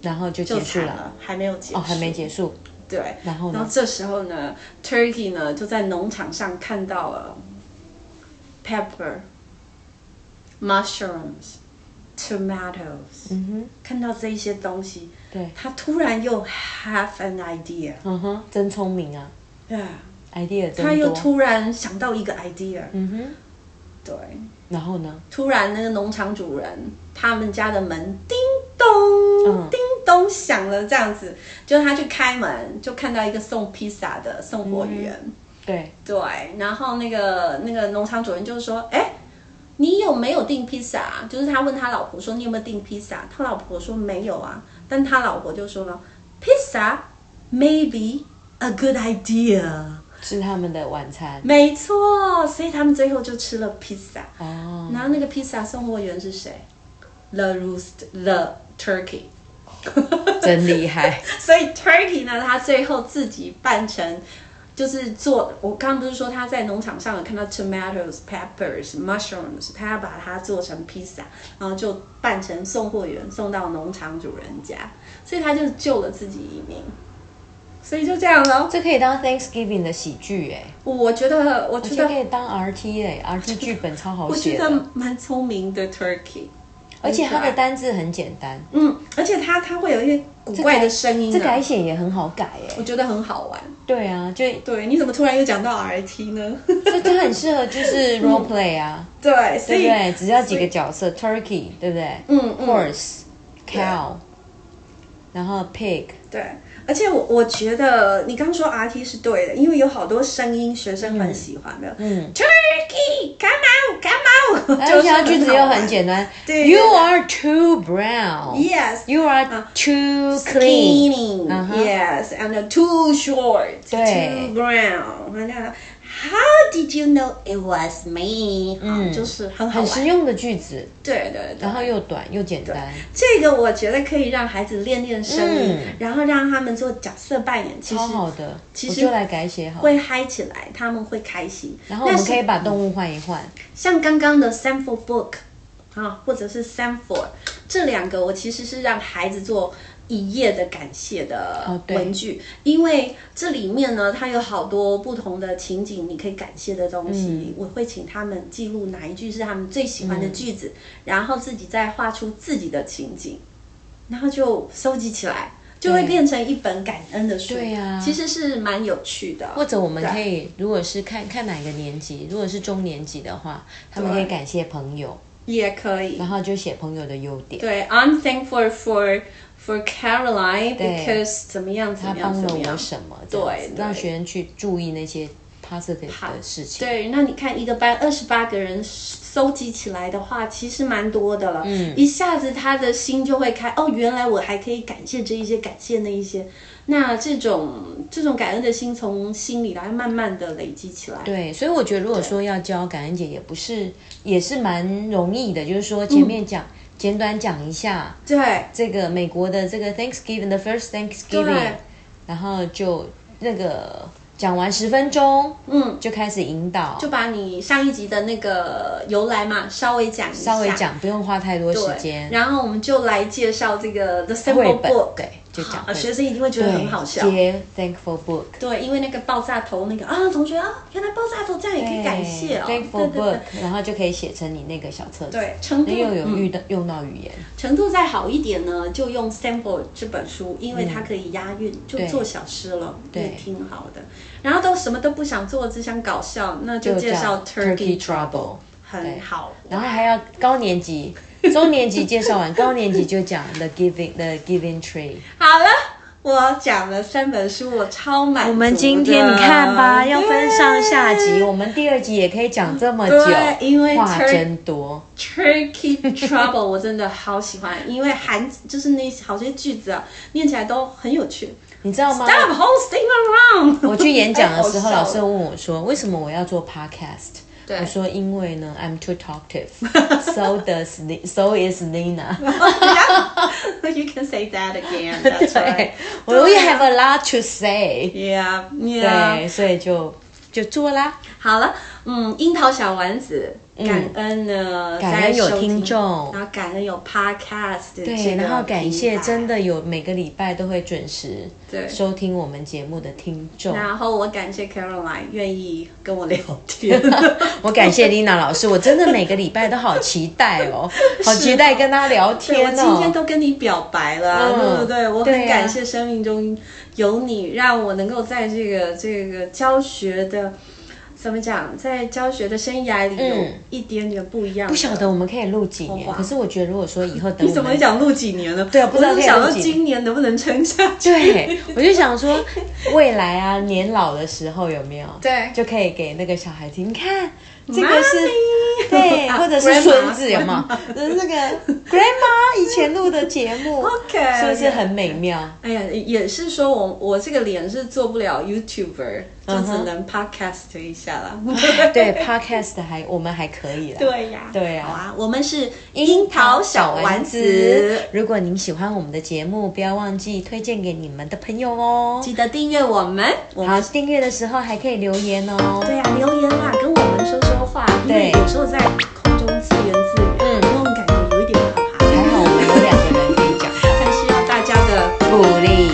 S1: 然后就
S2: 就
S1: 结束
S2: 惨
S1: 了。
S2: 了，还没有结束，
S1: 哦，还没结束。
S2: 对，
S1: 然后呢
S2: 这时候呢，Turkey 呢就在农场上看到了 pepper、mushrooms、tomatoes，、
S1: 嗯
S2: 看到这一些东西，
S1: 哼，对，
S2: 他突然又 have an idea，
S1: 嗯哼，真聪明啊
S2: 对，
S1: ，idea 真多。
S2: 他又突然想到一个 idea，
S1: 嗯哼，
S2: 对，
S1: 然后呢？
S2: 突然那个农场主人他们家的门叮咚、
S1: 嗯
S2: 叮咚响了，这样子，就他去开门，就看到一个送披萨的送货员。
S1: 嗯对，
S2: 对，然后那个那个农场主人就说：“哎，你有没有订披萨啊？”就是他问他老婆说：“你有没有订披萨？”他老婆说：“没有啊。”但他老婆就说了：“披萨 maybe a good idea。
S1: 是他们的晚”餐。
S2: 没错，所以他们最后就吃了披萨。
S1: 哦，
S2: 然后那个披萨送货员是谁？The roost, the turkey。
S1: 真厉害。
S2: 所以 Turkey 呢，他最后自己扮成。就是做，我刚刚不是说他在农场上有看到 tomatoes、peppers、mushrooms，他把它做成披萨，然后就扮成送货员送到农场主人家，所以他就救了自己一命，所以就这样咯。
S1: 这可以当 Thanksgiving 的喜剧哎，
S2: 我觉得，我
S1: 我
S2: 觉
S1: 觉得
S2: 得，
S1: 可以当 RT 哎，RT 剧本超好
S2: 我觉
S1: 写的，
S2: 得蛮聪明的 Turkey，
S1: 而且它
S2: 很可爱
S1: 的单字很简单，
S2: 嗯，而且它它会有一些古怪的声音、啊
S1: 这改写也很好改哎。
S2: 我觉得很好玩。
S1: 对啊，就
S2: 对，你怎么突然又讲到 RT 呢？
S1: 这就很适合就是 role play 啊，
S2: 对，嗯所
S1: 对
S2: 以
S1: 不对？只要几
S2: 所
S1: 个
S2: 以
S1: 角色，turkey 对不对？
S2: 嗯啊嗯
S1: horse、cow，然后 pig，
S2: 对，而且我我觉得你刚说 RT 是对的，因为有好多声音学生很喜欢的，
S1: 嗯
S2: ，Turkey come out come out，
S1: 而且它句子又很
S2: 单
S1: 简单
S2: 对对
S1: ，You are too brown，You
S2: ，Yes。
S1: are too clean，
S2: Cleaning,
S1: 嗯哼
S2: yes, and too short, too
S1: 对
S2: brown. 然后 How did you know it was me？嗯，就是很好
S1: 很
S2: 玩。
S1: 实用的句子，
S2: 对对对
S1: 然。后又短又简单，
S2: 这个我觉得可以让孩子练练声音，
S1: 嗯
S2: 然后让他们做角色扮演，其实
S1: 超好的，
S2: 其
S1: 我
S2: 实
S1: 就来改写好了。
S2: 会嗨起来，他们会开心。
S1: 然后我们
S2: 但是
S1: 可以把动物换一换，
S2: 像刚刚的 sample book 啊，或者是 sample 这两个，我其实是让孩子做一页的感谢的
S1: 哦对
S2: 文具，因为这里面呢，它有好多不同的情景，你可以感谢的东西。
S1: 嗯
S2: 我会请他们记录哪一句是他们最喜欢的句子，
S1: 嗯
S2: 然后自己再画出自己的情景，然后就收集起来。就会变成一本感恩的书，
S1: 对呀
S2: 其实是蛮有趣的。
S1: 或者我们可以，如果是看看哪个年级，如果是中年级的话，他们可以感谢朋友，
S2: 也可以，
S1: 然后就写朋友的优点，
S2: 对，I'm thankful for for Caroline
S1: 对
S2: because 怎么样怎
S1: 他
S2: 么样
S1: 帮
S2: 怎
S1: 了
S2: 么样
S1: 我。什么，这样子
S2: 对对
S1: 让学生去注意那些 positive 的事情。
S2: 对，那你看一个班二十八个人搜集起来的话，其实蛮多的了。嗯，一下子他的心就会开，哦，原来我还可以感谢这一些，感谢那一些。那这种这种感恩的心从心里来慢慢的累积起来。
S1: 对，所以我觉得如果说要教感恩节，也不是也是蛮容易的，就是说
S2: 嗯
S1: 前面讲、简短讲一下
S2: 对
S1: 这个美国的这个 Thanksgiving 的 first Thanksgiving，然后就那个讲完十分钟
S2: 嗯，
S1: 就开始引导，
S2: 就把你上一集的那个由来嘛，稍微讲一下，
S1: 稍微讲，不用花太多时
S2: 对，
S1: 间。
S2: 然后我们就来介绍这个 The
S1: 绘
S2: Simple
S1: 本
S2: Book，
S1: 对，就讲
S2: 啊
S1: 绘
S2: 学
S1: 本，
S2: 生一定会觉得
S1: 对，
S2: 很好笑。
S1: 接 Thankful Book。
S2: 对，因为那个爆炸头那个啊，同学啊，原来爆炸头这样也可以感谢哦。
S1: 对
S2: 对对
S1: Thankful
S2: 对
S1: Book，然后就可以写成你那个小册子，
S2: 对，程度
S1: 那又有
S2: 嗯
S1: 遇到用到语言，
S2: 程度再好一点呢，就用《Sample》这本书，因为它可以押韵，就做小诗了，
S1: 嗯对
S2: 也挺好的。然后都什么都不想做，只想搞笑，那就介绍
S1: 叫 Turkey
S2: Turkey
S1: Trouble。
S2: 很好。
S1: 然后还要高年级、中年级介绍完，高年级就讲 The Giving The Giving Tree。
S2: 好了，我讲了三本书，我超满足的。
S1: 我们今天你看吧，
S2: 啊
S1: 要分上下集，
S2: 对
S1: 我们第二集也可以讲这么久
S2: 对，因为
S1: 话
S2: Turkey-
S1: 真多。
S2: Turkey Trouble 我真的好喜欢，因为韩就是那些好些句子啊，念起来都很有趣。
S1: 你知道吗？
S2: Stop hosting around！ 哎
S1: 我去演讲的时候，
S2: 太好
S1: 老
S2: 笑
S1: 师
S2: 了
S1: 问我说，为什么我要做 podcast？
S2: 对
S1: 我说因为呢，I'm too talkative，so does Ni- so is Nina。
S2: ，You can say that again. That's
S1: 对
S2: right.，
S1: 我 we have a lot to say。
S2: Yeah, yeah.
S1: 对，所以就就做啦。
S2: 好了，嗯，樱桃小丸子，感恩呢，
S1: 嗯感恩有
S2: 在收
S1: 听众
S2: 然后感恩有 podcast，
S1: 对，然后感谢真
S2: 的。
S1: 的有每个礼拜都会准时
S2: 对
S1: 收听我们节目的听众。
S2: 然后我感谢 Caroline 愿意跟我聊天。
S1: 我感谢 Lina 老师，我真的每个礼拜都好期待 哦，好期待跟她聊
S2: 啊对，我
S1: 天
S2: 今天
S1: 哦。
S2: 都跟你表白了、啊，
S1: 嗯
S2: 对不对？我
S1: 对
S2: 很
S1: 啊
S2: 感谢生命中有你，让我能够在这个这个教学的怎么讲，在教学的生涯里有
S1: 嗯
S2: 一点点不一样的。
S1: 不晓得我们可以录几年，
S2: 哇
S1: 可是我觉得如果说以后等
S2: 你
S1: 我
S2: 怎么
S1: 们，
S2: 想录几年了？
S1: 对啊不知道
S2: 我都
S1: 可以
S2: 想到
S1: 录几年
S2: 今年能不能撑下 去。
S1: 对我就想说，未来啊年老的时候有没有，
S2: 对
S1: 就可以给那个小孩听，你看这
S2: 这
S1: 个
S2: 个
S1: 是
S2: 是。
S1: 对，
S2: 啊
S1: 或者是
S2: grandma
S1: 孙子有没有？就是 那个 grandma 以前录的节目
S2: OK，
S1: 是不是很美妙？
S2: 哎呀，也是说我我这个脸是做不了 YouTuber，就
S1: 嗯
S2: 只
S1: 哼
S2: 能 Podcast 一下 啦。
S1: 对，podcast 还我们还可以啦。
S2: 对呀，
S1: 对呀
S2: 好啊，我们是樱桃小丸子。。
S1: 如果您喜欢我们的节目，不要忘记推荐给你们的朋友哦。
S2: 记得订阅我们，我
S1: 好，
S2: 们
S1: 订阅的时候还可以留言哦。
S2: 对呀、留言啦，跟我们说说话，因为
S1: 对
S2: 有时候在空中自言自语，
S1: 嗯
S2: 那种感觉有一点可怕，
S1: 还好我们有两个人可以讲
S2: 但是要大家的
S1: 鼓励。